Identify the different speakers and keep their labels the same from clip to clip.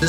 Speaker 1: 时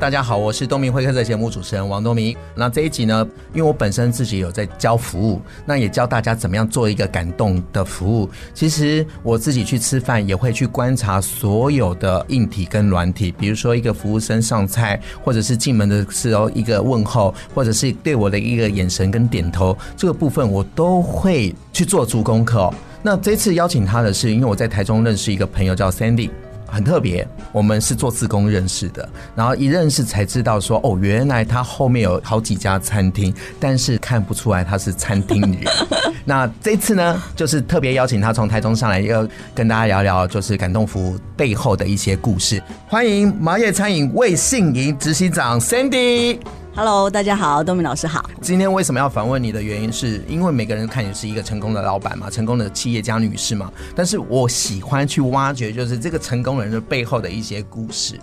Speaker 2: 大家好，我是东明会客室的节目主持人王东明。那这一集呢，因为我本身自己有在教服务，那也教大家怎么样做一个感动的服务。其实我自己去吃饭也会去观察所有的硬体跟软体，比如说一个服务生上菜，或者是进门的时候一个问候，或者是对我的一个眼神跟点头，这个部分我都会去做足功课、哦。那这次邀请他的是，因为我在台中认识一个朋友叫 Sandy。很特别，我们是做自工认识的，然后一认识才知道说，哦，原来他后面有好几家餐厅，但是看不出来他是餐厅女人。那这次呢，就是特别邀请他从台中上来，要跟大家聊聊就是感动服务背后的一些故事。欢迎麻叶餐饮魏信怡执行长 Sandy。
Speaker 3: Hello，大家好，东明老师好。
Speaker 2: 今天为什么要访问你的原因，是因为每个人看你是一个成功的老板嘛，成功的企业家女士嘛。但是我喜欢去挖掘，就是这个成功人的背后的一些故事。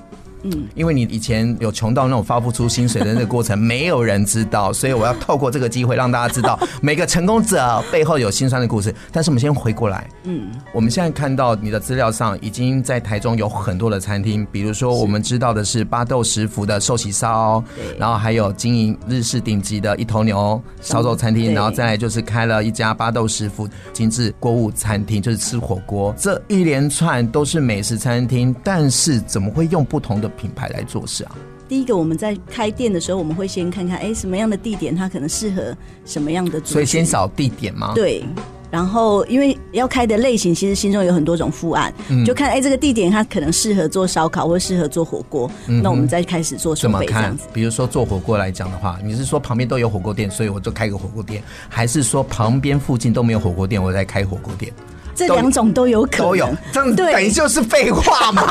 Speaker 2: 嗯，因为你以前有穷到那种发不出薪水的那个过程，没有人知道，所以我要透过这个机会让大家知道每个成功者背后有辛酸的故事。但是我们先回过来，嗯，我们现在看到你的资料上已经在台中有很多的餐厅，比如说我们知道的是巴豆食府的寿喜烧，然后还有经营日式顶级的一头牛烧肉餐厅，
Speaker 3: 对
Speaker 2: 然后再来就是开了一家巴豆食府精致锅物餐厅，就是吃火锅。这一连串都是美食餐厅，但是怎么会用不同的品牌来做事啊？
Speaker 3: 第一个，我们在开店的时候，我们会先看看，哎，什么样的地点它可能适合什么样的族群
Speaker 2: 所以先找地点吗？，
Speaker 3: 对。然后，因为要开的类型，其实心中有很多种方案，
Speaker 2: 嗯
Speaker 3: 就看哎这个地点它可能适合做烧烤，或适合做火锅，那我们再开始做
Speaker 2: 嗯怎
Speaker 3: 准
Speaker 2: 么
Speaker 3: 备这
Speaker 2: 看
Speaker 3: 样子。？
Speaker 2: 比如说做火锅来讲的话，你是说旁边都有火锅店，所以我就开个火锅店，还是说旁边附近都没有火锅店，我在开火锅店？
Speaker 3: 这两种都有可能，
Speaker 2: 都有，这样等于
Speaker 3: 对
Speaker 2: 就是废话 嘛。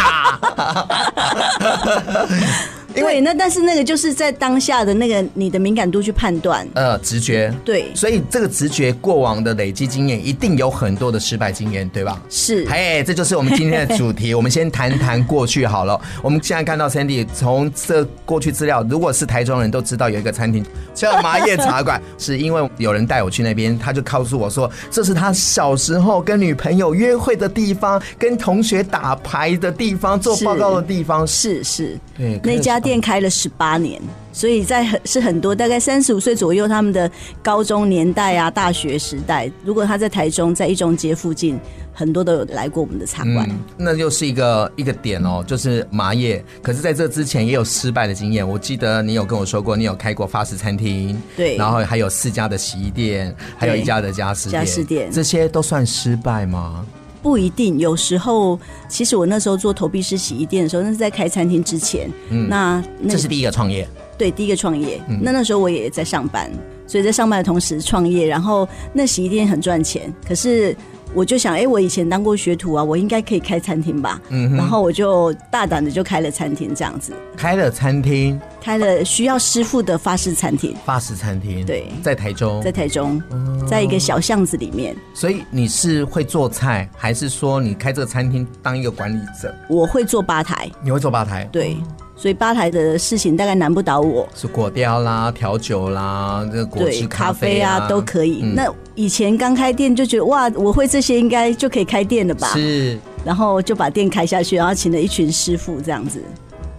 Speaker 2: 因为
Speaker 3: 对。那但是那个就是在当下的那个你的敏感度去判断，
Speaker 2: 呃，直觉。
Speaker 3: 对
Speaker 2: 所以这个直觉过往的累积经验，一定有很多的失败经验，对吧？
Speaker 3: 是
Speaker 2: 哎，这就是我们今天的主题。我们先谈谈过去好了。我们现在看到 Sandy 从这过去资料，如果是台中人都知道有一个餐厅叫麻叶茶馆，是因为有人带我去那边，他就告诉我说，这是他小时候跟女朋友约会的地方，跟同学打牌的地方，做报告的地方。
Speaker 3: 是是，
Speaker 2: 对可
Speaker 3: 那
Speaker 2: 是
Speaker 3: 家店开了十八年，所以在很是很多大概三十五岁左右，他们的高中年代啊、大学时代，如果他在台中，在一中街附近，很多都有来过我们的茶馆。
Speaker 2: 嗯，那又是一个一个点哦，就是麻叶。可是在这之前也有失败的经验，我记得你有跟我说过，你有开过法式餐厅，
Speaker 3: 对
Speaker 2: 然后还有四家的洗衣店，还有一家的家私
Speaker 3: 家私店
Speaker 2: 这些都算失败吗？
Speaker 3: 不一定，有时候其实我那时候做投币式洗衣店的时候，那是在开餐厅之前，那那
Speaker 2: 嗯这是第一个创业，
Speaker 3: 对第一个创业。
Speaker 2: 嗯
Speaker 3: 那那时候我也在上班，所以在上班的同时创业，然后那洗衣店很赚钱，可是。我就想，哎、我以前当过学徒啊，我应该可以开餐厅吧。
Speaker 2: 嗯
Speaker 3: 然后我就大胆的就开了餐厅，这样子，
Speaker 2: 开了餐厅，
Speaker 3: 开了需要师傅的法式餐厅，
Speaker 2: 法式餐厅，
Speaker 3: 对
Speaker 2: 在台中
Speaker 3: 在，台中，
Speaker 2: 哦
Speaker 3: 在一个小巷子里面，
Speaker 2: 所以你是会做菜，还是说你开这个餐厅当一个管理者？
Speaker 3: 我会做吧台，
Speaker 2: 你会做吧台？。
Speaker 3: 对，所以吧台的事情大概难不倒我。
Speaker 2: 是果雕啦、调酒啦、这个果
Speaker 3: 对
Speaker 2: 汁、，
Speaker 3: 咖
Speaker 2: 啡啊，
Speaker 3: 都可以。
Speaker 2: 嗯
Speaker 3: 那以前刚开店就觉得哇，我会这些应该就可以开店了吧？
Speaker 2: 是
Speaker 3: 然后就把店开下去，然后请了一群师傅这样子。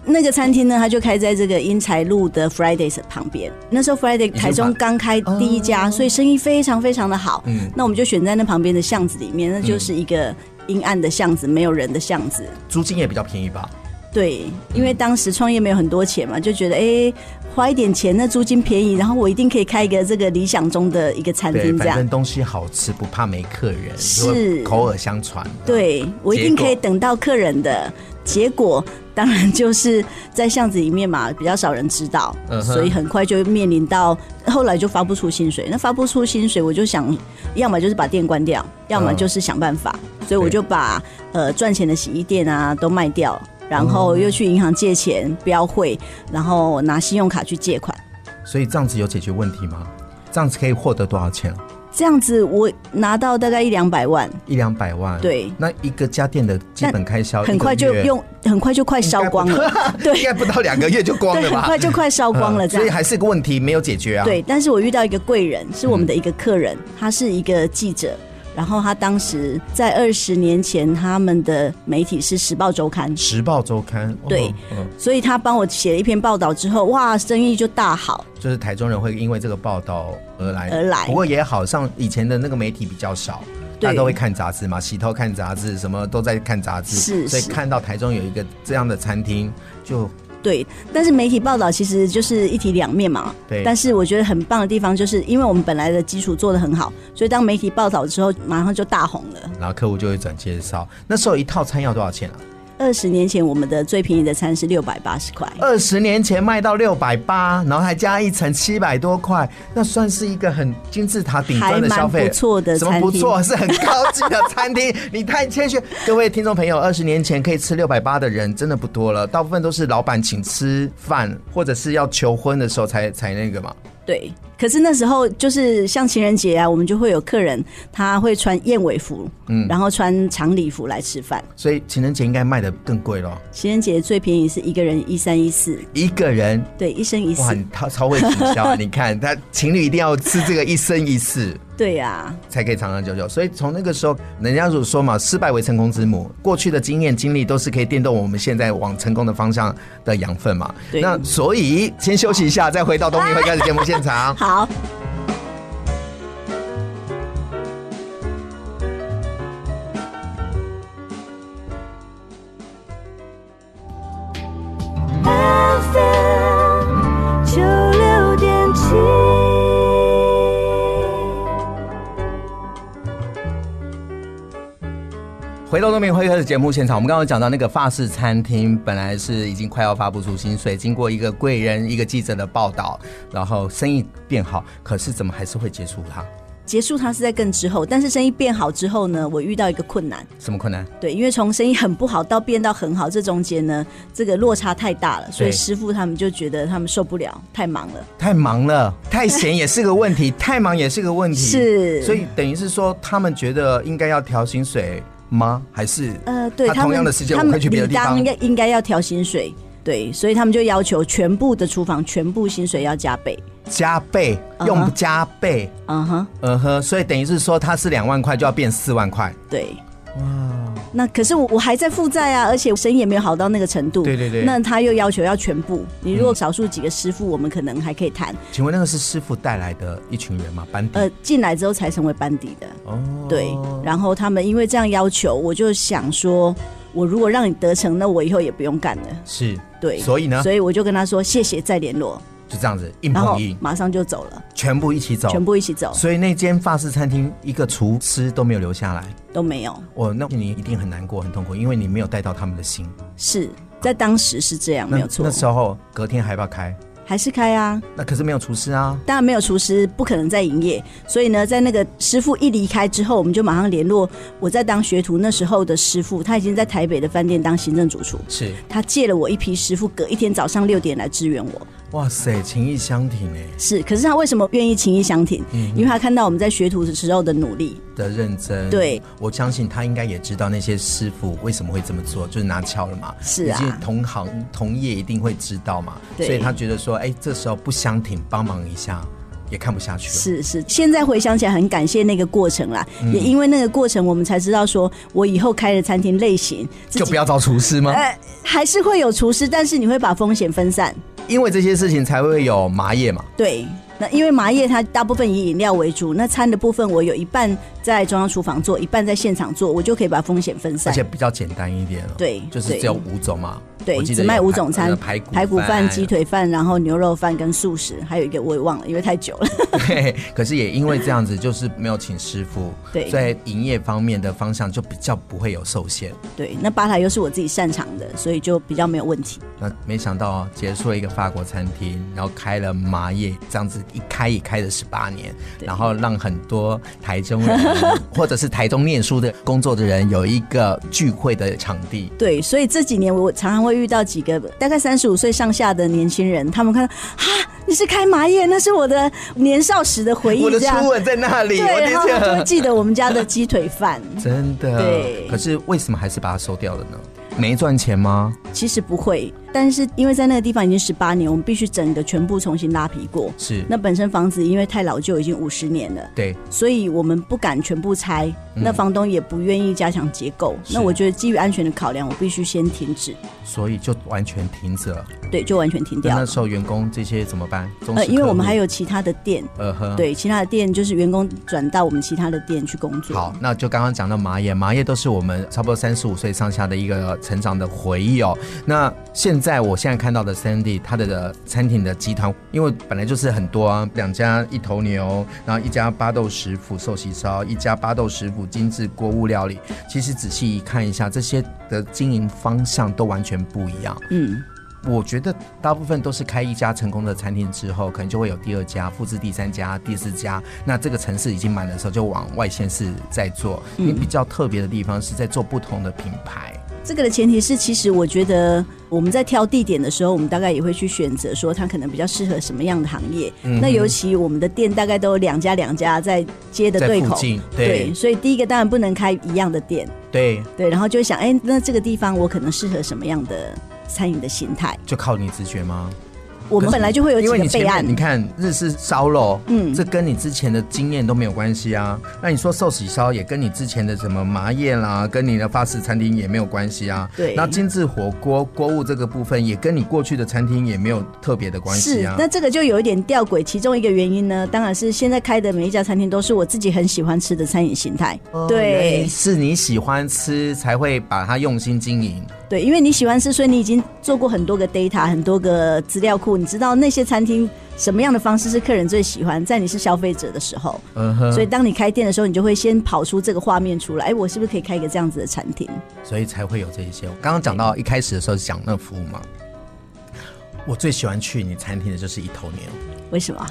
Speaker 3: 那个餐厅呢，它就开在这个英才路的 Fridays 旁边。那时候 Friday
Speaker 2: 把哦
Speaker 3: 台中刚开第一家，所以生意非常非常的好。
Speaker 2: 嗯
Speaker 3: 那我们就选在那旁边的巷子里面，那就是一个阴暗的巷子，没有人的巷子。
Speaker 2: 租金也比较便宜吧？
Speaker 3: 对，因为当时创业没有很多钱嘛，就觉得哎、花一点钱，那租金便宜，然后我一定可以开一个这个理想中的一个餐
Speaker 2: 对，
Speaker 3: 厅这
Speaker 2: 反
Speaker 3: 样
Speaker 2: 正。东西好吃，不怕没客人，
Speaker 3: 是
Speaker 2: 如果口耳相传。，
Speaker 3: 对我一定可以等到客人的结果，当然就是在巷子里面嘛，比较少人知道，
Speaker 2: 嗯哼
Speaker 3: 所以很快就会面临到后来就发不出薪水。那发不出薪水，我就想，要么就是把店关掉，要
Speaker 2: 嗯
Speaker 3: 么就是想办法。所以我就把呃赚钱的洗衣店啊都卖掉，然后又去银行借钱标会，然后拿信用卡去借款。
Speaker 2: 所以这样子有解决问题吗？这样子可以获得多少钱啊？
Speaker 3: 这样子我拿到大概一两百万，
Speaker 2: 一两百万，
Speaker 3: 对
Speaker 2: 那一个家电的基本开销，
Speaker 3: 很快
Speaker 2: 一个
Speaker 3: 就
Speaker 2: 月
Speaker 3: 用，很快就快烧光 了，
Speaker 2: 应
Speaker 3: 对
Speaker 2: 该不到两个月就光
Speaker 3: 对，
Speaker 2: 了
Speaker 3: 很
Speaker 2: 吧？
Speaker 3: 快就快烧光了，
Speaker 2: 嗯
Speaker 3: 这
Speaker 2: 所以
Speaker 3: 样。
Speaker 2: 还是个问题没有解决啊。
Speaker 3: 对，但是我遇到一个贵人，是我们的一个客人，他是一个记者，然后他当时在二十年前，他们的媒体是《时报周刊》，
Speaker 2: 时报周刊，哦
Speaker 3: 对
Speaker 2: 嗯，
Speaker 3: 所以他帮我写了一篇报道之后，哇，生意就大好。
Speaker 2: 就是台中人会因为这个报道而来，
Speaker 3: 而来
Speaker 2: 不过也好像以前的那个媒体比较少，
Speaker 3: 对
Speaker 2: 大家都会看杂志嘛，洗头看杂志，什么都在看杂志，
Speaker 3: 是
Speaker 2: 所以
Speaker 3: 是
Speaker 2: 看到台中有一个这样的餐厅，就
Speaker 3: 对，但是媒体报道其实就是一体两面嘛。
Speaker 2: 对
Speaker 3: 但是我觉得很棒的地方，就是因为我们本来的基础做得很好，所以当媒体报道之后，马上就大红了。
Speaker 2: 然后客户就会转介绍。那时候一套餐要多少钱啊？
Speaker 3: 二十年前，我们的最便宜的餐是六百八十块。
Speaker 2: 二十年前卖到六百八，然后还加一层七百多块，那算是一个很金字塔顶端的消
Speaker 3: 还
Speaker 2: 费，
Speaker 3: 蛮不错的
Speaker 2: 什么
Speaker 3: 餐
Speaker 2: 不
Speaker 3: 厅
Speaker 2: 错，是很高级的餐厅。 你太谦虚，各位听众朋友，二十年前可以吃六百八的人真的不多了，大部分都是老板请吃饭，或者是要求婚的时候才才那个嘛。
Speaker 3: 对，可是那时候就是像情人节啊，我们就会有客人他会穿燕尾服，嗯，然后穿长礼服来吃饭。
Speaker 2: 所以情人节应该卖的更贵咯，
Speaker 3: 情人节最便宜是一个人一三一四，
Speaker 2: 一个人。
Speaker 3: 对，一生一
Speaker 2: 哇，
Speaker 3: 世，
Speaker 2: 你超超会营销，你看他情侣一定要吃这个一生一世。
Speaker 3: 对啊呀、
Speaker 2: 才可以长长久久。所以从那个时候，人家所说嘛，失败为成功之母。过去的经验经历都是可以电动我们现在往成功的方向的养分嘛。
Speaker 3: 对
Speaker 2: 那所以先休息一下，再回到东明会开始节目现 场。
Speaker 3: 好，
Speaker 4: 九六点七。
Speaker 2: 回到东明会客的节目现场，我们刚刚讲到那个法式餐厅，本来是已经快要发不出薪水，经过一个贵人、一个记者的报道，然后生意变好，可是怎么还是会结束它？
Speaker 3: 结束它是在更之后，但是生意变好之后呢，我遇到一个困难，
Speaker 2: 什么困难？
Speaker 3: 对，因为从生意很不好到变到很好，这中间呢，这个落差太大了，所以
Speaker 2: 对
Speaker 3: 师傅他们就觉得他们受不了，太忙了。
Speaker 2: 太忙了，太闲也是个问 题，太忙也是个问题。
Speaker 3: 是
Speaker 2: 所以等于是说，他们觉得应该要调薪水吗？还是
Speaker 3: 呃，对
Speaker 2: 他
Speaker 3: 他
Speaker 2: 同样的
Speaker 3: 们，
Speaker 2: 时间
Speaker 3: 他
Speaker 2: 我可
Speaker 3: 们
Speaker 2: 以去别的地
Speaker 3: 理
Speaker 2: 方
Speaker 3: 当？要应该要调薪水，对，所以他们就要求全部的厨房全部薪水要加倍。
Speaker 2: 加倍
Speaker 3: 嗯哼
Speaker 2: 用加倍，
Speaker 3: 嗯哼，
Speaker 2: 嗯哼，所以等于是说，他是两万块就要变四万块。
Speaker 3: 对。哇，那可是我我还在负债啊，而且生意也没有好到那个程度。
Speaker 2: 对对对
Speaker 3: 那他又要求要全部，你如果少数几个师傅，我们可能还可以谈。
Speaker 2: 请问那个是师傅带来的一群人吗？班底？
Speaker 3: 呃，进来之后才成为班底的。
Speaker 2: 哦
Speaker 3: 对，然后他们因为这样要求，我就想说，我如果让你得逞，那我以后也不用干了。
Speaker 2: 是
Speaker 3: 对，
Speaker 2: 所以呢
Speaker 3: 所以我就跟他说谢谢，再联络，
Speaker 2: 就这样子硬
Speaker 3: 然后
Speaker 2: 碰硬，
Speaker 3: 马上就走了，
Speaker 2: 全部一起走。
Speaker 3: 全部一起走
Speaker 2: 所以那间法式餐厅一个厨师都没有留下来，
Speaker 3: 都没有。
Speaker 2: 哦，那你一定很难过、很痛苦，因为你没有带到他们的心。
Speaker 3: 是在当时是这样，
Speaker 2: 那
Speaker 3: 没有错
Speaker 2: 那，时候隔天还要开，
Speaker 3: 还是开啊。
Speaker 2: 那可是没有厨师啊。
Speaker 3: 当然没有厨师，不可能再营业。所以呢，在那个师傅一离开之后，我们就马上联络我在当学徒那时候的师傅，他已经在台北的饭店当行政主厨，
Speaker 2: 是，
Speaker 3: 他借了我一批师傅，隔一天早上六点来支援我。
Speaker 2: 哇塞，情意相挺哎
Speaker 3: 是，可是他为什么愿意情意相挺？
Speaker 2: 嗯
Speaker 3: 因为他看到我们在学徒的时候的努力。
Speaker 2: 的认真。
Speaker 3: 对，
Speaker 2: 我相信他应该也知道那些师傅为什么会这么做，就是拿翘了嘛。
Speaker 3: 是啊
Speaker 2: 毕竟同行同业一定会知道嘛，
Speaker 3: 对
Speaker 2: 所以他觉得说，哎，这时候不相挺，帮忙一下也看不下去了。
Speaker 3: 是是，现在回想起来很感谢那个过程啦，
Speaker 2: 嗯
Speaker 3: 也因为那个过程，我们才知道说我以后开的餐厅类型自
Speaker 2: 就
Speaker 3: 己
Speaker 2: 不要找厨师吗？
Speaker 3: 呃还是会有厨师，但是你会把风险分散。
Speaker 2: 因为这些事情才会有麻叶嘛。
Speaker 3: 对，那因为麻叶它大部分以饮料为主，那餐的部分我有一半在中央厨房做，一半在现场做，我就可以把风险分
Speaker 2: 而
Speaker 3: 散
Speaker 2: 且。比较简单一点了，
Speaker 3: 对
Speaker 2: 就是
Speaker 3: 对
Speaker 2: 只有五种嘛，
Speaker 3: 对
Speaker 2: 我，记得
Speaker 3: 只卖
Speaker 2: 有
Speaker 3: 五
Speaker 2: 排
Speaker 3: 种餐
Speaker 2: 呃：排骨
Speaker 3: 排骨
Speaker 2: 饭
Speaker 3: 饭、鸡腿饭，然后牛肉饭跟素食，还有一个我也忘了，因为太久了。
Speaker 2: 对，可是也因为这样子，就是没有请师傅，
Speaker 3: 对
Speaker 2: 在营业方面的方向就比较不会有受限。
Speaker 3: 对，那吧台又是我自己擅长的，所以就比较没有问题。
Speaker 2: 那没想到结束了一个法国餐厅，然后开了麻叶这样子一开一开的十八年，然后让很多台中人或者是台中念书的工作的人有一个聚会的场地。
Speaker 3: 对，所以这几年我常常会遇到几个大概三十五岁上下的年轻人，他们看到啊，你是开麻叶，那是我的年少时的回忆，
Speaker 2: 我的
Speaker 3: 这样
Speaker 2: 初吻在那里，我
Speaker 3: 对，
Speaker 2: 的
Speaker 3: 然后
Speaker 2: 天
Speaker 3: 我就会
Speaker 2: 啊！
Speaker 3: 记得我们家的鸡腿饭，
Speaker 2: 真的，
Speaker 3: 对
Speaker 2: 可是为什么还是把它收掉了呢？没赚钱吗？
Speaker 3: 其实不会，但是因为在那个地方已经十八年，我们必须整个全部重新拉皮过。
Speaker 2: 是，
Speaker 3: 那本身房子因为太老旧，已经五十年了，
Speaker 2: 对，
Speaker 3: 所以我们不敢全部拆，那房东也不愿意加强结构。
Speaker 2: 嗯是
Speaker 3: 那我觉得基于安全的考量，我必须先停止，
Speaker 2: 所以就完全停止了。
Speaker 3: 对，就完全停
Speaker 2: 那
Speaker 3: 掉
Speaker 2: 那。时候员工这些怎么办？忠
Speaker 3: 呃，
Speaker 2: 实
Speaker 3: 因为
Speaker 2: 客
Speaker 3: 我们
Speaker 2: 户
Speaker 3: 还有其他的店，
Speaker 2: 呃呵，。
Speaker 3: 对，其他的店就是员工转到我们其他的店去工作。
Speaker 2: 好，那就刚刚讲到麻叶，麻叶都是我们差不多三十五岁上下的一个成长的回忆哦。那现在我现在看到的 Sandy 他的餐厅的集团，因为本来就是很多啊，两家一头牛，然后一家八豆食府寿喜烧，一家八豆食府精致锅物料理。其实仔细一看一下，这些的经营方向都完全不一样。
Speaker 3: 嗯，
Speaker 2: 我觉得大部分都是开一家成功的餐厅之后，可能就会有第二家、复制第三家、第四家。那这个城市已经满的时候，就往外县市在做。你比较特别的地方是在做不同的品牌，
Speaker 3: 这个的前提是，其实我觉得我们在挑地点的时候，我们大概也会去选择说它可能比较适合什么样的行业。
Speaker 2: 嗯
Speaker 3: 那尤其我们的店大概都有两家两家在街的
Speaker 2: 在
Speaker 3: 对
Speaker 2: 附
Speaker 3: 口，
Speaker 2: 近。对
Speaker 3: 所以第一个当然不能开一样的店，
Speaker 2: 对，
Speaker 3: 对，然后就会想，哎，那这个地方我可能适合什么样的餐饮的形态？
Speaker 2: 就靠你直觉吗？
Speaker 3: 我们本来就会有几
Speaker 2: 因为
Speaker 3: 个
Speaker 2: 你前
Speaker 3: 备
Speaker 2: 面
Speaker 3: 案
Speaker 2: 你，看日式烧肉，嗯，
Speaker 3: 嗯
Speaker 2: 这跟你之前的经验都没有关系啊。那你说寿喜烧也跟你之前的什么麻叶啦，跟你的法式餐厅也没有关系啊。
Speaker 3: 对
Speaker 2: 那精致火锅锅物这个部分也跟你过去的餐厅也没有特别的关系
Speaker 3: 是
Speaker 2: 啊。，
Speaker 3: 那这个就有一点吊诡。其中一个原因呢，当然是现在开的每一家餐厅都是我自己很喜欢吃的餐饮形态，
Speaker 2: 哦原来
Speaker 3: 对
Speaker 2: 是你喜欢吃才会把它用心经营。
Speaker 3: 对，因为你喜欢吃，所以你已经做过很多个 data，很多个资料库，你知道那些餐厅什么样的方式是客人最喜欢，在你是消费者的时候，
Speaker 2: 嗯哼，
Speaker 3: 所
Speaker 2: 所
Speaker 3: 以
Speaker 2: 以
Speaker 3: 当你开店的时候，你就会先跑出这个画面出来，哎，我是不是可以开一个这样子的餐厅？
Speaker 2: 才会有这一些。我刚刚讲到一开始的时候讲那服务嘛，我最喜欢去你餐厅的就是一头牛。
Speaker 3: 为什么？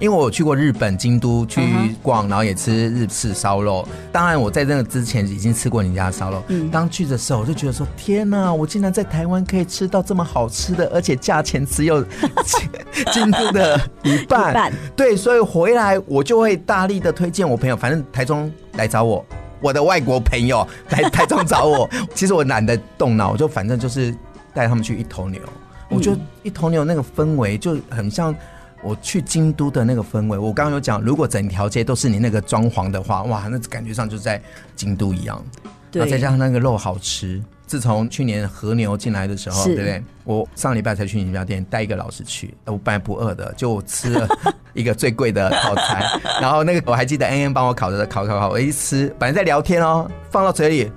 Speaker 2: 因为我有去过日本京都
Speaker 3: 嗯
Speaker 2: 去逛，然后也吃日式烧肉。当然，我在那个之前已经吃过你家的烧肉。
Speaker 3: 嗯
Speaker 2: 当去的时候，我就觉得说：天哪、我竟然在台湾可以吃到这么好吃的，而且价钱只 有京京都的一半。
Speaker 3: 一半
Speaker 2: 对，所以回来我就会大力的推荐我朋友，反正台中来找我。我的外国朋友来台中找我，其实我懒得动脑，我就反正就是带他们去一头牛。我觉得一头牛那个氛围就很像我去京都的那个氛围。我刚刚有讲，如果整条街都是你那个装潢的话，哇，那感觉上就在京都一样。
Speaker 3: 对
Speaker 2: 然后再加上那个肉好吃。自从去年和牛进来的时候，
Speaker 3: 是
Speaker 2: 对不对？我上礼拜才去你们家店带一个老师去，我本来不饿的，就我吃了一个最贵的套 餐，然后那个我还记得恩恩帮我烤的，烤烤烤，我一吃，本来在聊天哦，放到嘴里，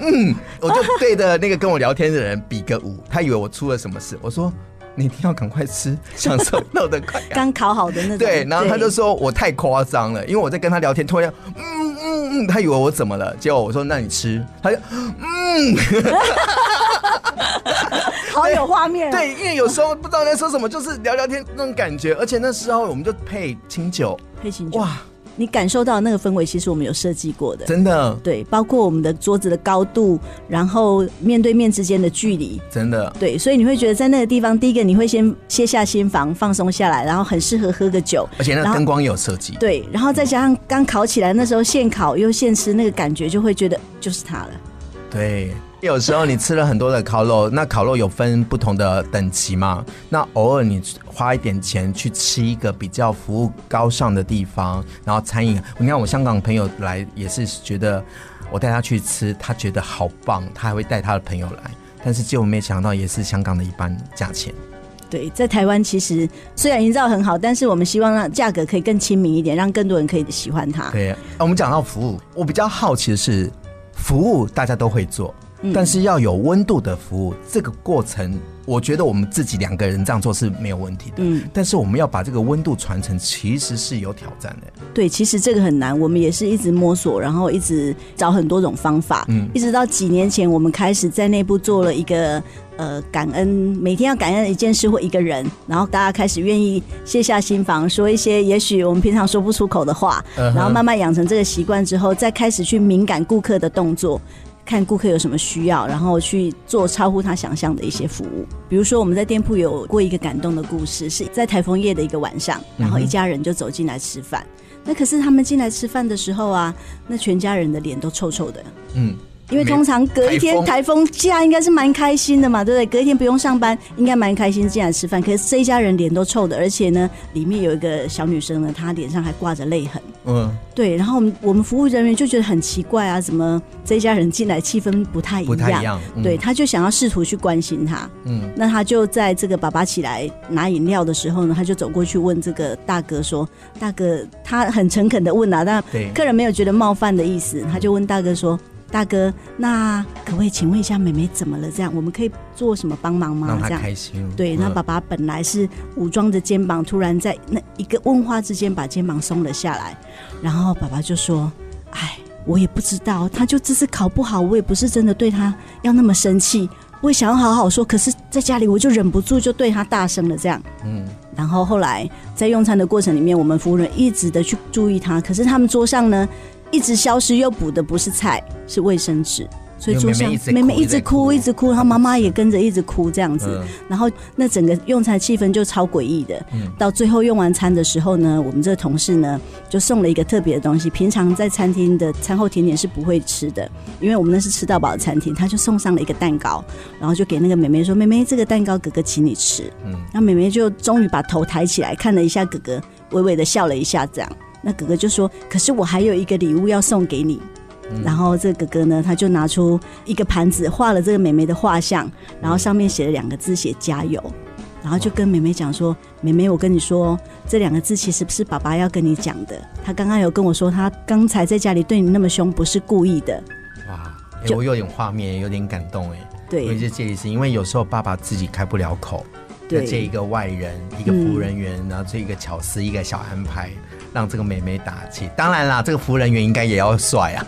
Speaker 2: 嗯我就对着那个跟我聊天的人比个舞，他以为我出了什么事。我说你一定要赶快吃，享受肉的快感。
Speaker 3: 刚烤好的那种，
Speaker 2: 对，然后他就说我太夸张了，因为我在跟他聊天，突然嗯嗯嗯，他以为我怎么了，结果我说那你吃，他就
Speaker 3: 嗯好有画面、啊，
Speaker 2: 哎对，因为有时候不知道在说什么，就是聊聊天那种感觉，而且那时候我们就配清酒，
Speaker 3: 配琴酒，
Speaker 2: 哇，
Speaker 3: 你感受到那个氛围，其实我们有设计过的。
Speaker 2: 真的
Speaker 3: 对，包括我们的桌子的高度，然后面对面之间的距离，
Speaker 2: 真的
Speaker 3: 对，所以你会觉得在那个地方，第一个你会先卸下心防，放松下来，然后很适合喝个酒，
Speaker 2: 而且那
Speaker 3: 然
Speaker 2: 个
Speaker 3: 后
Speaker 2: 灯光也有设计，
Speaker 3: 对，然后再加上刚烤起来那时候现烤又现吃，那个感觉就会觉得就是它了。
Speaker 2: 对，有时候你吃了很多的烤肉，那烤肉有分不同的等级嘛。那偶尔你花一点钱去吃一个比较服务高尚的地方，然后餐饮，你看我香港朋友来也是觉得，我带他去吃，他觉得好棒，他还会带他的朋友来，但是结果没想到也是香港的一半价钱。
Speaker 3: 对，在台湾其实虽然营造很好，但是我们希望让价格可以更亲民一点，让更多人可以喜欢它。
Speaker 2: 对，啊我们讲到服务，我比较好奇的是，
Speaker 3: 嗯
Speaker 2: 服务大家都会做，但是要有温度的服务，这个过程我觉得我们自己两个人这样做是没有问题的。
Speaker 3: 嗯，
Speaker 2: 但是我们要把这个温度传承，其实是有挑战的。
Speaker 3: 对，其实这个很难，我们也是一直摸索，然后一直找很多种方法，
Speaker 2: 嗯
Speaker 3: 一直到几年前，我们开始在内部做了一个呃感恩，每天要感恩一件事或一个人，然后大家开始愿意卸下心防，说一些也许我们平常说不出口的话，
Speaker 2: 嗯哼
Speaker 3: 然后慢慢养成这个习惯之后，再开始去敏感顾客的动作。看顾客有什么需要，然后去做超乎他想象的一些服务。比如说，我们在店铺有过一个感动的故事，是在台风夜的一个晚上，然后一家人就走进来吃饭。那可是他们进来吃饭的时候啊，那全家人的脸都臭臭的，
Speaker 2: 嗯，
Speaker 3: 因为通常隔一天
Speaker 2: 没
Speaker 3: 台风假应该是蛮开心的嘛，对不对？隔一天不用上班，应该蛮开心进来吃饭。可是这一家人脸都臭的，而且呢，里面有一个小女生呢，她脸上还挂着泪痕。
Speaker 2: 嗯，
Speaker 3: 对，然后我们我们服务人员就觉得很奇怪啊，怎么这一家人进来气氛不太一样？
Speaker 2: 不太一样。嗯
Speaker 3: 对，，他就想要试图去关心他。
Speaker 2: 嗯
Speaker 3: 那他就在这个爸爸起来拿饮料的时候呢，他就走过去问这个大哥说：“大哥，他很诚恳的问啊，但
Speaker 2: 对
Speaker 3: 客人没有觉得冒犯的意思，他就问大哥说：‘大哥，那可不可以请问一下妹妹怎么了？这样我们可以做什么帮忙吗
Speaker 2: 让？’他
Speaker 3: 这样。
Speaker 2: 开心。
Speaker 3: 对，那
Speaker 2: 嗯
Speaker 3: 爸爸本来是武装着肩膀，突然在那一个问话之间把肩膀松了下来，然后爸爸就说：“哎，我也不知道，他就这次考不好，我也不是真的对他要那么生气，我也想要好好说，可是在家里我就忍不住就对他大声了这样。”
Speaker 2: 嗯，
Speaker 3: 然后后来在用餐的过程里面，我们服务人一直的去注意他，可是他们桌上呢一直消失，又补的不是菜，是卫生纸。所以桌上
Speaker 2: 因为妹妹一直哭
Speaker 3: 妹妹一
Speaker 2: 一直哭
Speaker 3: 直哭，一直哭，然后妈妈也跟着一直哭这样子。
Speaker 2: 嗯
Speaker 3: 然后那整个用餐气氛就超诡异的。到最后用完餐的时候呢，我们这个同事呢就送了一个特别的东西，平常在餐厅的餐后甜点是不会吃的，因为我们那是吃到饱的餐厅，他就送上了一个蛋糕，然后就给那个妹妹说：“妹妹，这个蛋糕哥哥请你吃。”
Speaker 2: 嗯
Speaker 3: 嗯，那妹妹就终于把头抬起来看了一下哥哥，微微的笑了一下，这样。那哥哥就说：“可是我还有一个礼物要送给你。”然后这个哥哥呢，他就拿出一个盘子，画了这个妹妹的画像，然后上面写了两个字，写加油。然后就跟妹妹讲说：“妹妹，我跟你说哦，这两个字其实是爸爸要跟你讲的。他刚刚有跟我说，他刚才在家里对你那么凶，不是故意的。
Speaker 2: 哇，哎
Speaker 3: 就
Speaker 2: 我有点画面，有点感动哎。我
Speaker 3: 对
Speaker 2: 就这意思，因为有时候爸爸自己开不了口，
Speaker 3: 对
Speaker 2: 那这一个外人，一个服务人员，然后这一个巧思，一个小安排，让这个妹妹打气。当然啦，这个服务人员应该也要帅啊，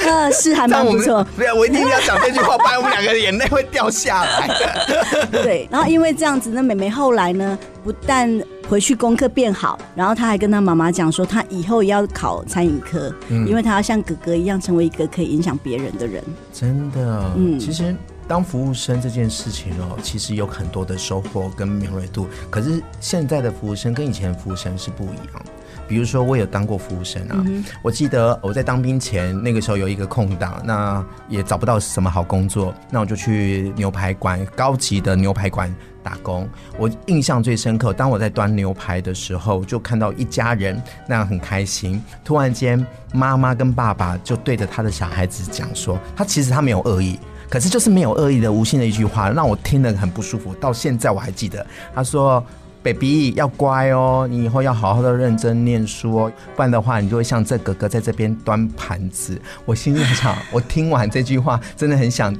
Speaker 3: 呃，是还蛮
Speaker 2: 我
Speaker 3: 不
Speaker 2: 们
Speaker 3: 错。
Speaker 2: 对啊，我一定要讲这句话，不然我们两个眼泪会掉下
Speaker 3: 嗯
Speaker 2: 来。
Speaker 3: 对，然后因为这样子，那妹妹后来呢，不但回去功课变好，然后她还跟她妈妈讲说，她以后也要考餐饮科，
Speaker 2: 嗯
Speaker 3: 因为她要像哥哥一样，成为一个可以影响别人的人。
Speaker 2: 真的，
Speaker 3: 嗯
Speaker 2: 其实当服务生这件事情哦，其实有很多的收获跟敏锐度。可是现在的服务生跟以前的服务生是不一样。比如说，我有当过服务生啊，我记得我在当兵前那个时候有一个空档，那也找不到什么好工作，那我就去牛排馆高级的牛排馆打工。我印象最深刻，当我在端牛排的时候，就看到一家人那样很开心。突然间，妈妈跟爸爸就对着他的小孩子讲说，他其实他没有恶意。可是就是没有恶意的无心的一句话，让我听得很不舒服。到现在我还记得，他说：“baby 要乖哦，你以后要好好的认真念书哦，不然的话你就会像这哥哥在这边端盘子。”我心里想，我听完这句话真的很想。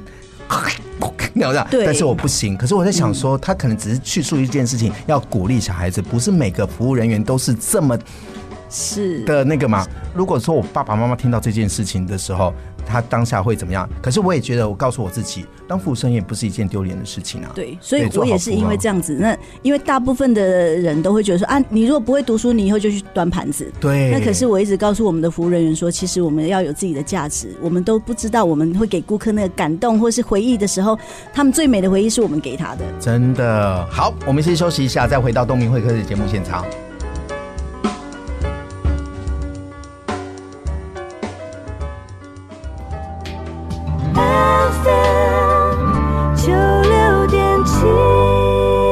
Speaker 2: 你知道
Speaker 3: 对
Speaker 2: 但是我不行。可是我在想说，他可能只是叙述一件事情，要鼓励小孩子，不是每个服务人员都是这么
Speaker 3: 是
Speaker 2: 的那个嘛。如果说我爸爸妈妈听到这件事情的时候，他当下会怎么样？可是我也觉得，我告诉我自己，当服务生也不是一件丢脸的事情啊。
Speaker 3: 对，所以
Speaker 2: 对做
Speaker 3: 我
Speaker 2: 好
Speaker 3: 也是
Speaker 2: 服务
Speaker 3: 因为
Speaker 2: 啊
Speaker 3: 这样子，那因为大部分的人都会觉得说啊，你如果不会读书，你以后就去端盘子。
Speaker 2: 对，
Speaker 3: 那可是我一直告诉我们的服务人员说，其实我们要有自己的价值，我们都不知道我们会给顾客那个感动或是回忆的时候，他们最美的回忆是我们给他的。
Speaker 2: 真的好，我们先休息一下，再回到东明会客的节目现场。
Speaker 4: FM 九六点七。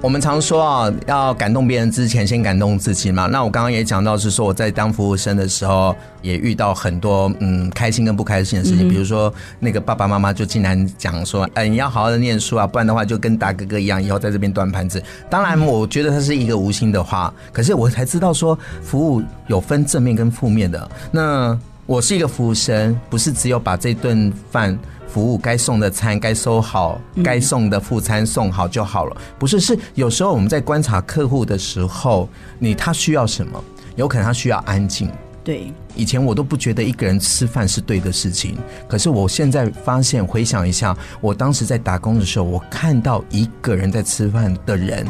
Speaker 2: 我们常说啊，要感动别人之前，先感动自己嘛。那我刚刚也讲到，是说我在当服务生的时候，也遇到很多嗯开心跟不开心的事情。比如说，那个爸爸妈妈就竟然讲说，哎，你要好好的念书啊，不然的话就跟大哥哥一样，以后在这边端盘子。当然，我觉得它是一个无心的话，可是我才知道说，服务有分正面跟负面的。那我是一个服务生，不是只有把这顿饭服务该送的餐该收好，
Speaker 3: 嗯
Speaker 2: 该送的副餐送好就好了。不是，是有时候我们在观察客户的时候，你他需要什么？有可能他需要安静。
Speaker 3: 对，
Speaker 2: 以前我都不觉得一个人吃饭是对的事情，可是我现在发现，回想一下，我当时在打工的时候，我看到一个人在吃饭的人，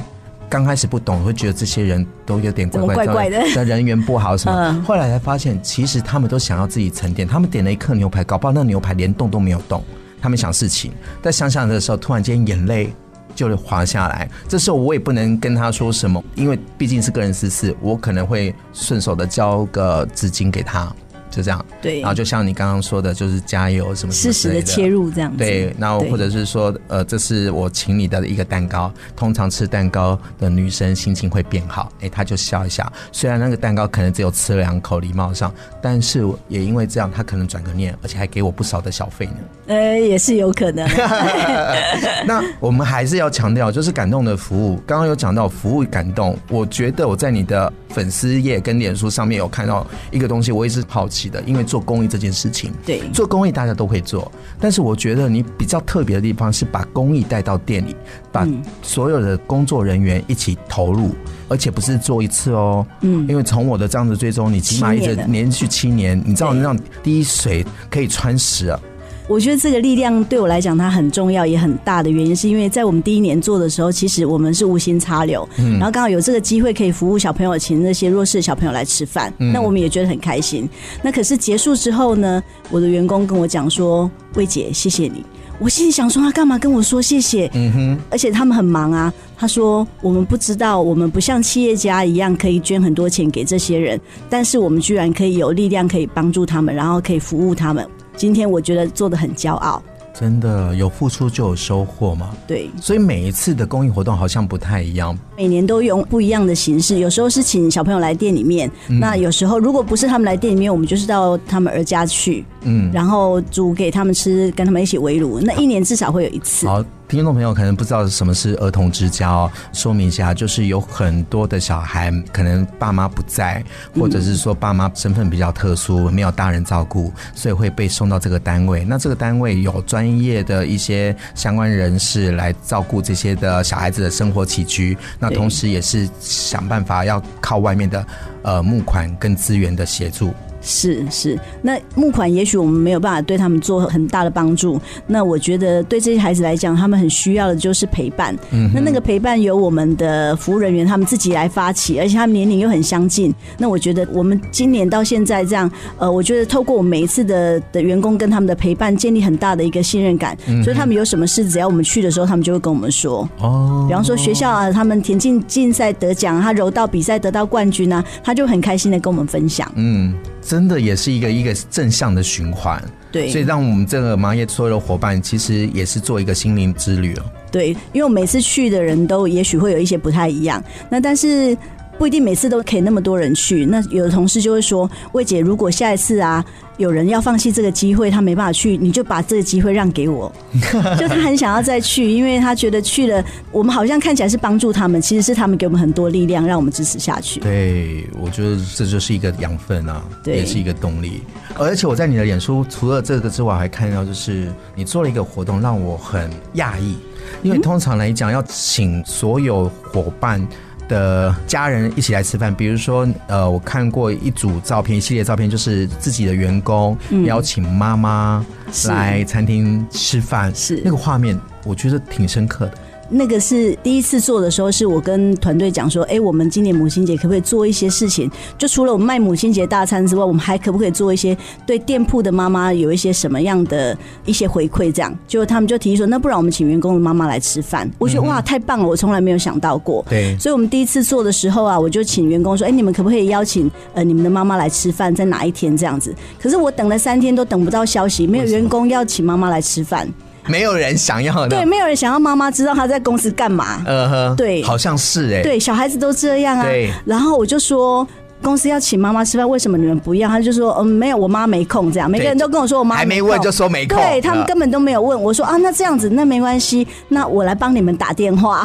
Speaker 2: 刚开始不懂，会觉得这些人都有点怪怪
Speaker 3: 怎么怪怪的
Speaker 2: 人缘不好什么
Speaker 3: 嗯。
Speaker 2: 后来才发现，其实他们都想要自己沉淀，他们点了一克牛排，搞不好那牛排连动都没有动，他们想事情，但想想的时候，突然间眼泪。就滑下来，这时候我也不能跟他说什么，因为毕竟是个人私事，我可能会顺手的交个资金给他，就这样。啊
Speaker 3: 对
Speaker 2: 然后就像你刚刚说的，就是加油什么什
Speaker 3: 适
Speaker 2: 么
Speaker 3: 时
Speaker 2: 之类
Speaker 3: 的
Speaker 2: 的
Speaker 3: 切。入这样子。
Speaker 2: 对，然后
Speaker 3: 对
Speaker 2: 或者是说，呃，这是我请你的一个蛋糕。通常吃蛋糕的女生心情会变好，哎，她就笑一下。虽然那个蛋糕可能只有吃了两口，礼貌上，但是也因为这样，她可能转个念，而且还给我不少的小费 呢。
Speaker 3: 呃，也是有 可能。
Speaker 2: 那我们还是要强调，就是感动的服务。刚刚有讲到服务感动，我觉得我在你的粉丝页跟脸书上面有看到一个东西，我也是好奇的，因为做公益这件事情，
Speaker 3: 对
Speaker 2: 做公益大家都会做，但是我觉得你比较特别的地方是把公益带到店里，把
Speaker 3: 嗯
Speaker 2: 所有的工作人员一起投入，而且不是做一次哦，嗯，因为从我的这样子追踪，你起码一
Speaker 3: 七
Speaker 2: 直
Speaker 3: 年了
Speaker 2: 连续七年，你知道
Speaker 3: 对
Speaker 2: 让滴水可以穿石啊，
Speaker 3: 我觉得这个力量对我来讲，它很重要，也很大的原因，是因为在我们第一年做的时候，其实我们是无心插柳，
Speaker 2: 嗯
Speaker 3: 然后刚好有这个机会可以服务小朋友，请那些弱势的小朋友来吃饭，
Speaker 2: 嗯
Speaker 3: 那我们也觉得很开心。那可是结束之后呢，我的员工跟我讲说：“魏姐，谢谢你。”我心里想说，他干嘛跟我说谢谢？
Speaker 2: 嗯哼，
Speaker 3: 而且他们很忙啊。他说：“我们不知道，我们不像企业家一样可以捐很多钱给这些人，但是我们居然可以有力量可以帮助他们，然后可以服务他们。今天我觉得做的很骄傲。
Speaker 2: 真的有付出就有收获嘛。
Speaker 3: 对，
Speaker 2: 所以每一次的公益活动好像不太一样，
Speaker 3: 每年都用不一样的形式，有时候是请小朋友来店里面，那有时候如果不是他们来店里面，我们就是到他们儿家去，
Speaker 2: 嗯。
Speaker 3: 然后煮给他们吃，跟他们一起围炉。那一年至少会有一次。
Speaker 2: 好，听众朋友可能不知道什么是儿童之家哦，说明一下，就是有很多的小孩可能爸妈不在，或者是说爸妈身份比较特殊，没有大人照顾，所以会被送到这个单位。那这个单位有专业的一些相关人士来照顾这些的小孩子的生活起居，那
Speaker 3: 对
Speaker 2: 同时也是想办法要靠外面的呃募款跟资源的协助。
Speaker 3: 是是，那募款也许我们没有办法对他们做很大的帮助，那我觉得对这些孩子来讲，他们很需要的就是陪伴。嗯，那那个陪伴由我们的服务人员他们自己来发起，而且他们年龄又很相近。那我觉得我们今年到现在这样，呃，我觉得透过我们每一次的的员工跟他们的陪伴，建立很大的一个信任感。
Speaker 2: 嗯
Speaker 3: 所以他们有什么事，只要我们去的时候，他们就会跟我们说。
Speaker 2: 哦
Speaker 3: 比方说学校啊，他们田径竞赛得奖，啊他柔道比赛得到冠军啊，他就很开心的跟我们分享。
Speaker 2: 嗯，真的也是一个一个正向的循环。
Speaker 3: 对，
Speaker 2: 所以让我们这个盲业所有的伙伴，其实也是做一个心灵之旅哦。
Speaker 3: 对，因为我每次去的人都也许会有一些不太一样，那但是。不一定每次都可以那么多人去。那有的同事就会说：“魏姐，如果下一次啊，有人要放弃这个机会，他没办法去，你就把这个机会让给我。”就他很想要再去，因为他觉得去了，我们好像看起来是帮助他们，其实是他们给我们很多力量，让我们支持下去。
Speaker 2: 对，我觉得这就是一个养分啊，
Speaker 3: 对
Speaker 2: 也是一个动力。而且我在你的脸书，除了这个之外，我还看到就是你做了一个活动，让我很讶异，因
Speaker 3: 嗯
Speaker 2: 为通常来讲要请所有伙伴。的家人一起来吃饭，比如说，呃，我看过一组照片，一系列照片，就是自己的员工、邀请妈妈
Speaker 3: 嗯是
Speaker 2: 来餐厅吃饭，
Speaker 3: 是
Speaker 2: 那个画面，我觉得挺深刻的。
Speaker 3: 那个是第一次做的时候，是我跟团队讲说，哎、我们今年母亲节可不可以做一些事情？就除了我们卖母亲节大餐之外，我们还可不可以做一些对店铺的妈妈有一些什么样的一些回馈？这样，就他们就提议说，那不然我们请员工的妈妈来吃饭。我觉得、哇，太棒了，我从来没有想到过。
Speaker 2: 对
Speaker 3: 所以我们第一次做的时候啊，我就请员工说：“哎、你们可不可以邀请呃你们的妈妈来吃饭，在哪一天这样子？”可是我等了三天都等不到消息，没有员工要请妈妈来吃饭，
Speaker 2: 没有人想要的。
Speaker 3: 对，没有人想要妈妈知道她在公司干嘛。
Speaker 2: 呃呵，
Speaker 3: 对
Speaker 2: 好像是哎、，
Speaker 3: 对，小孩子都这样啊
Speaker 2: 对。
Speaker 3: 然后我就说。公司要请妈妈吃饭，为什么你们不要？他就说，嗯，没有，我妈没空。这样，每个人都跟我说我妈
Speaker 2: 还没
Speaker 3: 空
Speaker 2: 问就说没空
Speaker 3: 对他们
Speaker 2: 啊
Speaker 3: 根本都没有问。我说啊，那这样子，那没关系， 那我来帮你们打电话。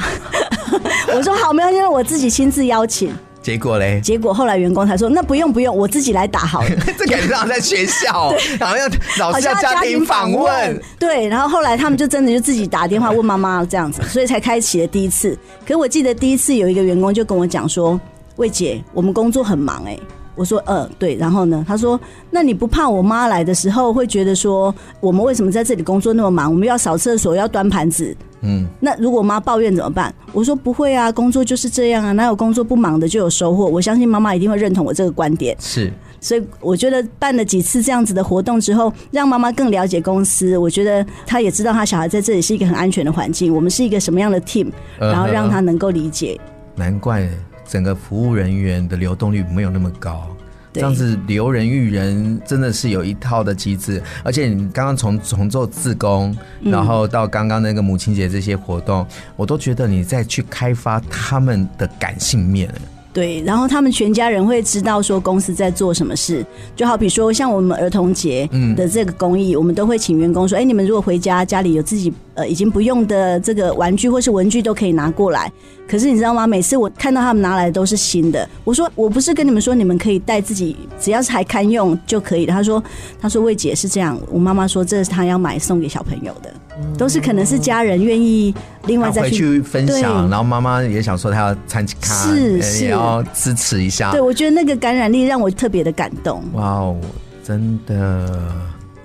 Speaker 3: 我说好，没关系，那我自己亲自邀请。
Speaker 2: 结果嘞，
Speaker 3: 结果后来员工才说，那不用不用，我自己来打好了。
Speaker 2: 这感觉好像在学 校哦，好像老
Speaker 3: 好
Speaker 2: 师要
Speaker 3: 像
Speaker 2: 家庭访问。，
Speaker 3: 对，然后后来他们就真的就自己打电话问妈妈这样子，所以才开启了第一次。可我记得第一次有一个员工就跟我讲说：“魏姐，我们工作很忙哎、我说：“呃，对。”然后呢，他说：“那你不怕我妈来的时候会觉得说我们为什么在这里工作那么忙？我们又要扫厕所，又要端盘子。”嗯，那如果妈抱怨怎么办？我说不会啊，工作就是这样啊，哪有工作不忙的就有收获？我相信妈妈一定会认同我这个观点。
Speaker 2: 是，
Speaker 3: 所以我觉得办了几次这样子的活动之后，让妈妈更了解公司。我觉得她也知道她小孩在这里是一个很安全的环境，我们是一个什么样的 team，
Speaker 2: 嗯哼
Speaker 3: 然后让她能够理解。
Speaker 2: 难怪整个服务人员的流动率没有那么高。这
Speaker 3: 对
Speaker 2: 样子留人育人真的是有一套的机制，而且你刚刚从从做自工，
Speaker 3: 嗯
Speaker 2: 然后到刚刚那个母亲节这些活动，我都觉得你在去开发他们的感性面。
Speaker 3: 对，然后他们全家人会知道说公司在做什么事，就好比说像我们儿童节的这个公益，我们都会请员工说，哎，你们如果回家家里有自己呃已经不用的这个玩具或是文具都可以拿过来。可是你知道吗？每次我看到他们拿来的都是新的，我说我不是跟你们说你们可以带自己，只要是还堪用就可以了。他说他说魏姐是这样，我妈妈说这是她要买送给小朋友的，都是可能是家人愿意另外
Speaker 2: 他
Speaker 3: 再
Speaker 2: 回
Speaker 3: 去
Speaker 2: 去分享，啊
Speaker 3: 对
Speaker 2: 然后妈妈也想说她要参加，
Speaker 3: 是
Speaker 2: 呃
Speaker 3: 是
Speaker 2: 也要支持一下
Speaker 3: 对，。我觉得那个感染力让我特别的感动。
Speaker 2: 哇哦，真的，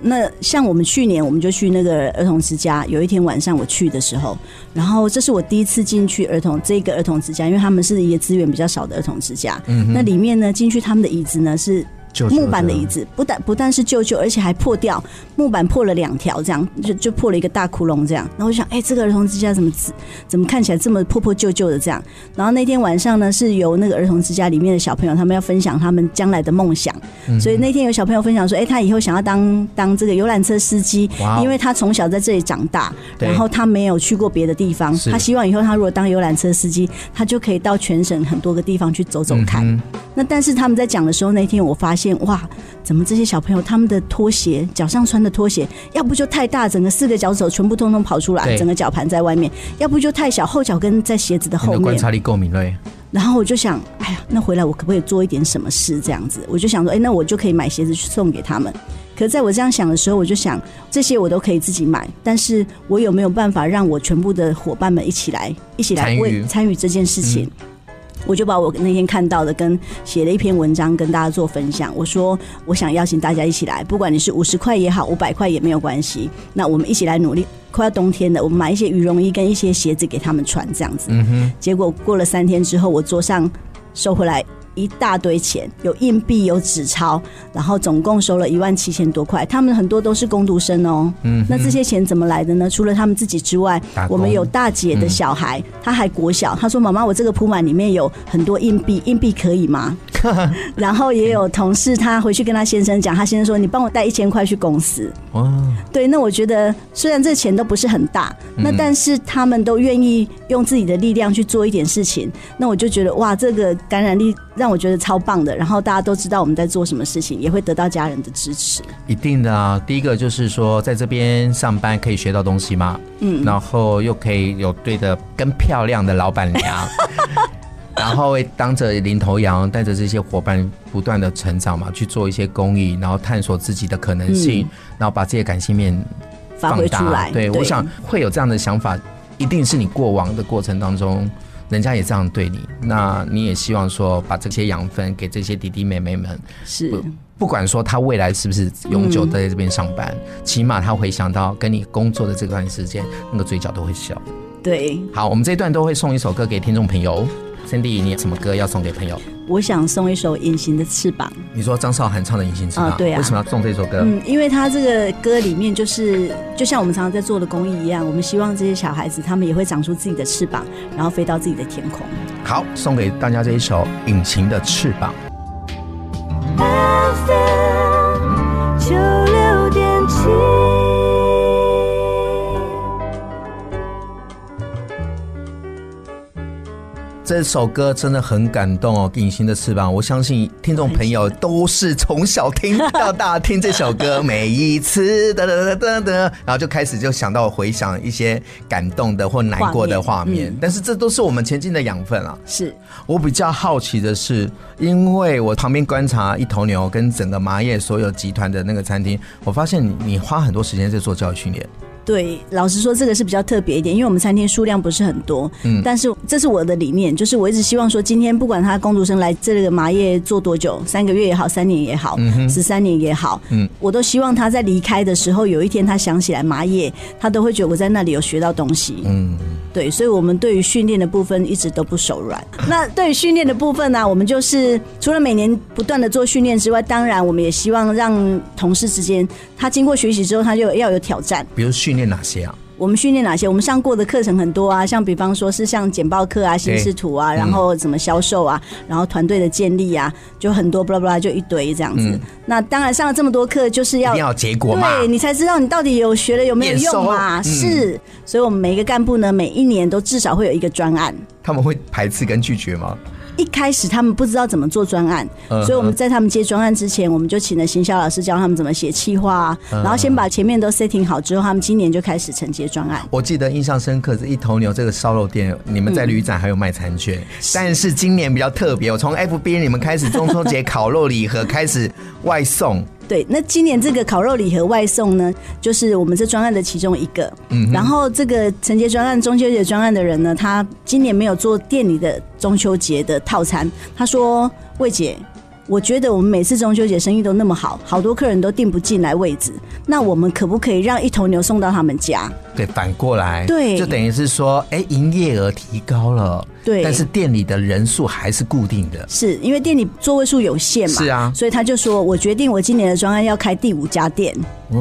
Speaker 3: 那像我们去年，我们就去那个儿童之家。有一天晚上我去的时候，然后这是我第一次进去儿童这个儿童之家，因为他们是一个资源比较少的儿童之家。那里面呢，进去他们的椅子呢是
Speaker 2: 旧旧的
Speaker 3: 木板的椅子，不但不但是旧旧，而且还破掉，木板破了两条，这样就就破了一个大窟窿这样。然后我就想，哎、这个儿童之家怎么只怎么看起来这么破破旧旧的这样？然后那天晚上呢，是由那个儿童之家里面的小朋友，他们要分享他们将来的梦想。
Speaker 2: 嗯
Speaker 3: 所以那天有小朋友分享说，哎、他以后想要当当这个游览车司机
Speaker 2: 哇哦，
Speaker 3: 因为他从小在这里长大，
Speaker 2: 对
Speaker 3: 然后他没有去过别的地方
Speaker 2: 是，
Speaker 3: 他希望以后他如果当游览车司机，他就可以到全省很多个地方去走
Speaker 2: 嗯
Speaker 3: 走看。那但是他们在讲的时候，那天我发现哇，怎么这些小朋友他们的拖鞋，脚上穿的拖鞋，要不就太大，整个四个脚趾头全部通通跑出
Speaker 2: 对
Speaker 3: 来，整个脚盘在外面；要不就太小，后脚跟在鞋子的
Speaker 2: 你
Speaker 3: 后
Speaker 2: 的观
Speaker 3: 面。
Speaker 2: 察力够敏锐，
Speaker 3: 然后我就想，哎呀，那回来我可不可以做一点什么事？这样子，我就想说，哎，那我就可以买鞋子去送给他们。可是在我这样想的时候，我就想，这些我都可以自己买，但是我有没有办法让我全部的伙伴们一起来，一起
Speaker 2: 参
Speaker 3: 来
Speaker 2: 与嗯
Speaker 3: 为参与这件事情？我就把我那天看到的跟写了一篇文章跟大家做分享。我说我想邀请大家一起来，不管你是五十块也好，五百块也没有关系。那我们一起来努力，快要冬天了，我们买一些羽绒衣跟一些鞋子给他们穿，这样子。
Speaker 2: 嗯
Speaker 3: 结果过了三天之后，我桌上收回来一大堆钱，有硬币，有纸钞，然后总共收了一万七千多块。他们很多都是工读生哦。嗯，那这些钱怎么来的呢？除了他们自己之外
Speaker 2: 打，工嗯
Speaker 3: 我们有大姐的小孩，他还国小，他说：“妈妈，我这个铺满里面有很多 硬币，硬币可以吗？” 然后也有同事他回去跟他先生讲，他先生说：“你帮我带一千块去公司。”
Speaker 2: 哇，
Speaker 3: 对，那我觉得虽然这钱都不是很大，
Speaker 2: 嗯
Speaker 3: 那但是他们都愿意用自己的力量去做一点事情，那我就觉得哇，这个感染力让我觉得超棒的。然后大家都知道我们在做什么事情，也会得到家人的支持。
Speaker 2: 一定的啊。第一个就是说，在这边上班可以学到东西嘛，嗯，然后又可以有对的跟漂亮的老板娘， 然后会当着领头羊，带着这些伙伴不断的成长嘛，去做一些公益，然后探索自己的可能性，
Speaker 3: 嗯
Speaker 2: 然后把自己的感性面
Speaker 3: 发
Speaker 2: 放
Speaker 3: 挥
Speaker 2: 大
Speaker 3: 出来，
Speaker 2: 对，我想会有这样的想法，一定是你过往的过程当中，人家也这样对你，那你也希望说把这些养分给这些弟弟妹妹们，
Speaker 3: 是
Speaker 2: 不不管说他未来是不是永久在这边上班，起码他回想到跟你工作的这段时间，那个嘴角都会笑。
Speaker 3: 对。
Speaker 2: 好，我们这一段都会送一首歌给听众朋友。Cindy，你有什么歌要送给朋友？
Speaker 3: 我想送一首《隐形的翅膀》。
Speaker 2: 你说张韶涵唱的《隐形翅膀》
Speaker 3: 啊对啊
Speaker 2: 为什么要送这首歌？
Speaker 3: 嗯，因为他这个歌里面就是，就像我们常常在做的公益一样，我们希望这些小孩子他们也会长出自己的翅膀，然后飞到自己的天空。
Speaker 2: 好，送给大家这一首《隐形的翅膀》。
Speaker 4: FM 九六点七。
Speaker 2: 这首歌真的很感动哦，《隐形的翅膀》，我相信听众朋友都是从小听到大听这首歌，每一次哒哒哒哒哒，然后就开始就想到回想一些感动的或难过的画
Speaker 3: 画面
Speaker 2: 面，
Speaker 3: 嗯
Speaker 2: 但是这都是我们前进的养分啊。
Speaker 3: 是
Speaker 2: 我比较好奇的是，因为我旁边观察一头牛跟整个麻叶所有集团的那个餐厅，我发现你你花很多时间在做教育训练，
Speaker 3: 对，老实说，这个是比较特别一点，因为我们餐厅数量不是很多，嗯，但是这是我的理念，就是我一直希望说，今天不管他工读生来这个麻叶做多久，三个月也好，三年也好，十三、年也好，
Speaker 2: 嗯
Speaker 3: 嗯，我都希望他在离开的时候，有一天他想起来麻叶，他都会觉得我在那里有学到东西，
Speaker 2: 嗯，
Speaker 3: 对，所以我们对于训练的部分一直都不手软。那对于训练的部分呢、我们就是除了每年不断的做训练之外，当然我们也希望让同事之间，他经过学习之后，他就要有挑战。
Speaker 2: 比如训练哪些啊？
Speaker 3: 我们训练哪些？我们上过的课程很多啊，像比方说是像简报课啊、心智图
Speaker 2: 嗯
Speaker 3: 啊，然后怎么销售啊，然后团队的建立啊，就很多 blah blah 就一堆这样子。
Speaker 2: 嗯
Speaker 3: 那当然上了这么多课，就是
Speaker 2: 一
Speaker 3: 要
Speaker 2: 定要有结果嘛？
Speaker 3: 对你才知道你到底有学了有没有用嘛？
Speaker 2: 验收嗯
Speaker 3: 是，所以我们每一个干部呢，每一年都至少会有一个专案。
Speaker 2: 他们会排斥跟拒绝吗？
Speaker 3: 一开始他们不知道怎么做专案，
Speaker 2: 嗯
Speaker 3: 所以我们在他们接专案之前，我们就请了行销老师教他们怎么写企划、啊，
Speaker 2: 嗯
Speaker 3: 然后先把前面都 setting 好之后，他们今年就开始承接专案。
Speaker 2: 我记得印象深刻是一头牛这个烧肉店，你们在旅展还有卖餐
Speaker 3: 嗯
Speaker 2: 券，但是今年比较特别，我从 FB 你们开始中秋节烤肉礼盒开始外送，
Speaker 3: 对，那今年这个烤肉礼盒外送呢，就是我们这专案的其中一个。嗯，然后这个承接专案中秋节专案的人呢，他今年没有做店里的中秋节的套餐，他说：“魏姐。”我觉得我们每次中秋节生意都那么好，好多客人都订不进来位置，那我们可不可以让一头牛送到他们家？
Speaker 2: 对，反过来，
Speaker 3: 对
Speaker 2: 就等于是说，哎、营业额提高了，
Speaker 3: 对
Speaker 2: 但是店里的人数还是固定的，
Speaker 3: 是因为店里座位数有限嘛？
Speaker 2: 是啊
Speaker 3: 所以他就说：“我决定我今年的专案要开第五家店。”
Speaker 2: 嗯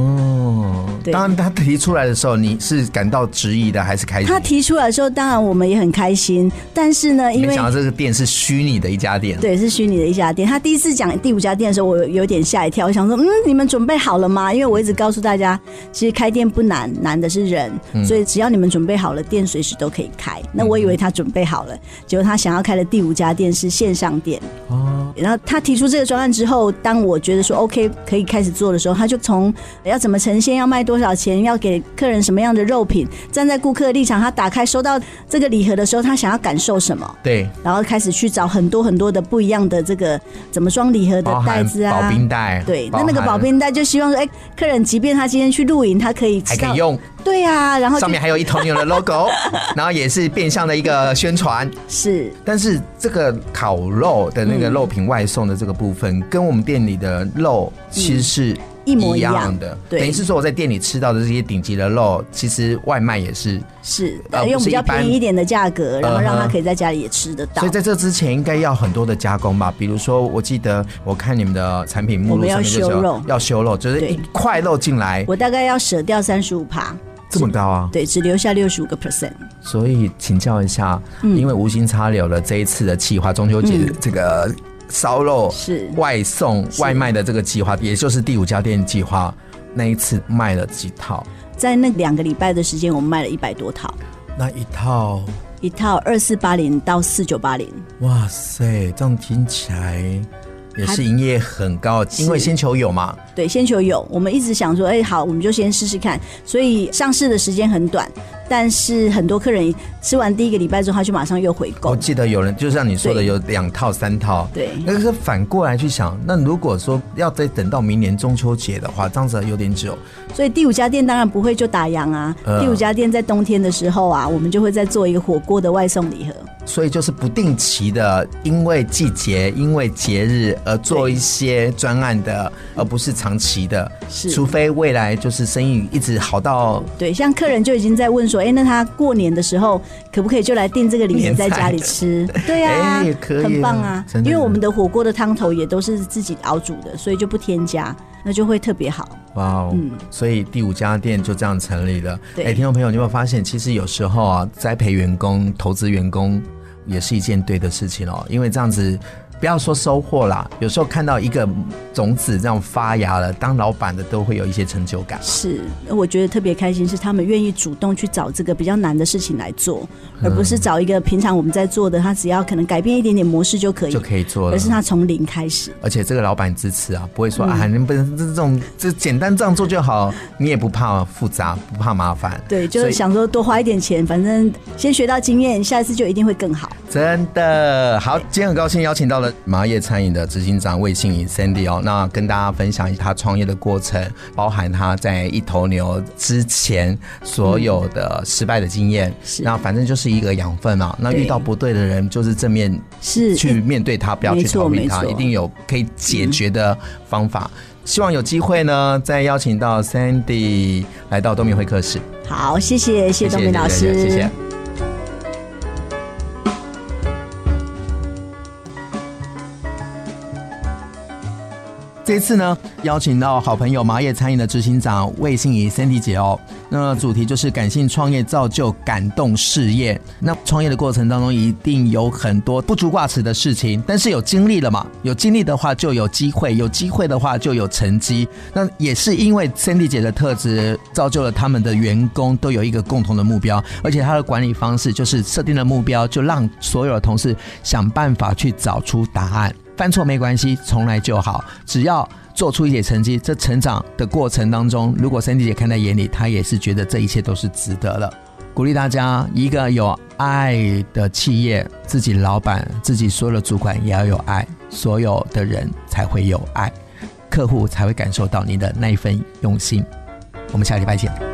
Speaker 2: 哦，
Speaker 3: 对
Speaker 2: 当然他提出来的时候，你是感到质疑的还是开心？
Speaker 3: 他提出来的时候，当然我们也很开心，但是呢，因
Speaker 2: 没
Speaker 3: 为
Speaker 2: 想到这个店是虚拟的一家店，
Speaker 3: 对，是虚拟的一家店。他第一次讲第五家店的时候，我有点吓一跳，我想说，嗯，你们准备好了吗？因为我一直告诉大家，其实开店不难，难的是人，所以只要你们准备好了，店随时都可以开。那我以为他准备好了，结果他想要开的第五家店是线上店。
Speaker 2: 哦，
Speaker 3: 然后他提出这个专案之后，当我觉得说 OK 可以开始做的时候，他就从要怎么呈现、要卖多少钱、要给客人什么样的肉品，站在顾客的立场，他打开收到这个礼盒的时候，他想要感受什么。
Speaker 2: 对，
Speaker 3: 然后开始去找很多很多的不一样的这个怎么装礼盒的
Speaker 2: 包
Speaker 3: 袋
Speaker 2: 含
Speaker 3: 子
Speaker 2: 保
Speaker 3: 啊。
Speaker 2: 冰袋，
Speaker 3: 对，那那个
Speaker 2: 含
Speaker 3: 保冰袋就希望说，哎、客人即便他今天去露营，他可以
Speaker 2: 还
Speaker 3: 吃
Speaker 2: 可
Speaker 3: 到
Speaker 2: 以，用。
Speaker 3: 对啊，然后就
Speaker 2: 上面还有一头牛的 logo，然后也是变相的一个宣传。
Speaker 3: 是
Speaker 2: 但是这个烤肉的那个肉品外送的这个部分，跟我们店里的肉其实是
Speaker 3: 嗯一模一样
Speaker 2: 样的，
Speaker 3: 对
Speaker 2: 等于是说我在店里吃到的这些顶级的肉，其实外卖也是。
Speaker 3: 是、
Speaker 2: 呃
Speaker 3: 用
Speaker 2: 不是
Speaker 3: 比
Speaker 2: 一
Speaker 3: 较
Speaker 2: 般
Speaker 3: 便宜一点的价格，然后
Speaker 2: 嗯
Speaker 3: 让他
Speaker 2: 哼
Speaker 3: 可以在家里也吃得到。
Speaker 2: 所以在这之前应该要很多的加工吧，比如说我记得我看你们的产品目
Speaker 3: 我
Speaker 2: 录
Speaker 3: 们
Speaker 2: 上
Speaker 3: 要
Speaker 2: 面就是
Speaker 3: 修
Speaker 2: 有
Speaker 3: 肉
Speaker 2: 要修肉，就是
Speaker 3: 对
Speaker 2: 一块肉进来
Speaker 3: 我大概要舍掉三十五趴，
Speaker 2: 这么高啊。
Speaker 3: 对，只留下六十五个 percent。
Speaker 2: 所以请教一下，
Speaker 3: 嗯
Speaker 2: 因为无心插柳了这一次的企划，中秋节这个烧肉
Speaker 3: 是
Speaker 2: 外送
Speaker 3: 是
Speaker 2: 外卖的这个计划，也就是第五家店计划，那一次卖了几套？
Speaker 3: 在那两个礼拜的时间，我们卖了一百多套，
Speaker 2: 那一套，
Speaker 3: 一套二四八零到四九八零，
Speaker 2: 哇塞，这样听起来也是营业很高，因为先求有嘛。
Speaker 3: 对，先求有，我们一直想说，哎、好，我们就先试试看。所以上市的时间很短，但是很多客人吃完第一个礼拜之后，他就马上又回购
Speaker 2: 我。记得有人就像你说的，
Speaker 3: 对
Speaker 2: 有两套、三套。
Speaker 3: 对
Speaker 2: 那是反过来去想，那如果说要再等到明年中秋节的话，这样子有点久。
Speaker 3: 所以第五家店当然不会就打烊啊。
Speaker 2: 嗯
Speaker 3: 第五家店在冬天的时候啊，我们就会再做一个火锅的外送礼盒。
Speaker 2: 所以就是不定期的，因为季节、因为节日而做一些专案的，而不是长期的。
Speaker 3: 是
Speaker 2: 除非未来就是生意一直好到
Speaker 3: 对，像客人就已经在问说，哎、那他过年的时候可不可以就来订这个礼盒
Speaker 2: 年菜
Speaker 3: 在家里吃？对啊，
Speaker 2: 哎也可以
Speaker 3: 很棒啊
Speaker 2: 真。的
Speaker 3: 因为我们的火锅的汤头也都是自己熬煮的，所以就不添加，那就会特别好。
Speaker 2: 哇哦，所以第五家店就这样成立了。
Speaker 3: 嗯对
Speaker 2: 哎，听众朋友，你有没有发现，其实有时候啊，栽培员工、投资员工也是一件对的事情哦，因为这样子。不要说收获啦，有时候看到一个种子这样发芽了，当老板的都会有一些成就感。
Speaker 3: 是，我觉得特别开心是他们愿意主动去找这个比较难的事情来做，
Speaker 2: 嗯
Speaker 3: 而不是找一个平常我们在做的，他只要可能改变一点点模式就可以，
Speaker 2: 就可以做了
Speaker 3: 而是他从零开始。
Speaker 2: 而且这个老板支持啊，不会
Speaker 3: 嗯
Speaker 2: 说、啊，你不能这种，这简单这样做就 好，你也不怕复杂，不怕麻烦。
Speaker 3: 对，就
Speaker 2: 所
Speaker 3: 是
Speaker 2: 以
Speaker 3: 想说多花一点钱，反正先学到经验，下一次就一定会更好。
Speaker 2: 真的好，今天很高兴邀请到了麻叶餐饮的执行长魏信怡 Sandy 哦，那跟大家分享一下他创业的过程，包含他在一头牛之前所有的失败的经验。
Speaker 3: 嗯是
Speaker 2: 那反正就是一个养分嘛。那
Speaker 3: 对
Speaker 2: 遇到不对的人，就是正面
Speaker 3: 是
Speaker 2: 去面对他，不要
Speaker 3: 没
Speaker 2: 去逃
Speaker 3: 错
Speaker 2: 避
Speaker 3: 没
Speaker 2: 他，
Speaker 3: 错
Speaker 2: 一定有可以解决的方法。希望有机会呢，再邀请到 Sandy 来到东明会客室。
Speaker 3: 好，谢谢，谢谢东明老师，
Speaker 2: 谢谢。这次呢，邀请到好朋友麻叶餐饮的执行长魏信怡 Sandy 姐哦。那主题就是感性创业，造就感动事业。那创业的过程当中，一定有很多不足挂齿的事情，但是有经历了嘛？有经历的话，就有机会；有机会的话，就有成绩。那也是因为 Sandy 姐的特质，造就了他们的员工都有一个共同的目标，而且她的管理方式就是设定了目标，就让所有的同事想办法去找出答案。犯错没关系，重来就好，只要做出一点成绩，这成长的过程当中，如果 Sandy 姐看在眼里，她也是觉得这一切都是值得了。鼓励大家，一个有爱的企业，自己老板、自己所有的主管也要有爱，所有的人才会有爱，客户才会感受到你的那一份用心。我们下礼拜见。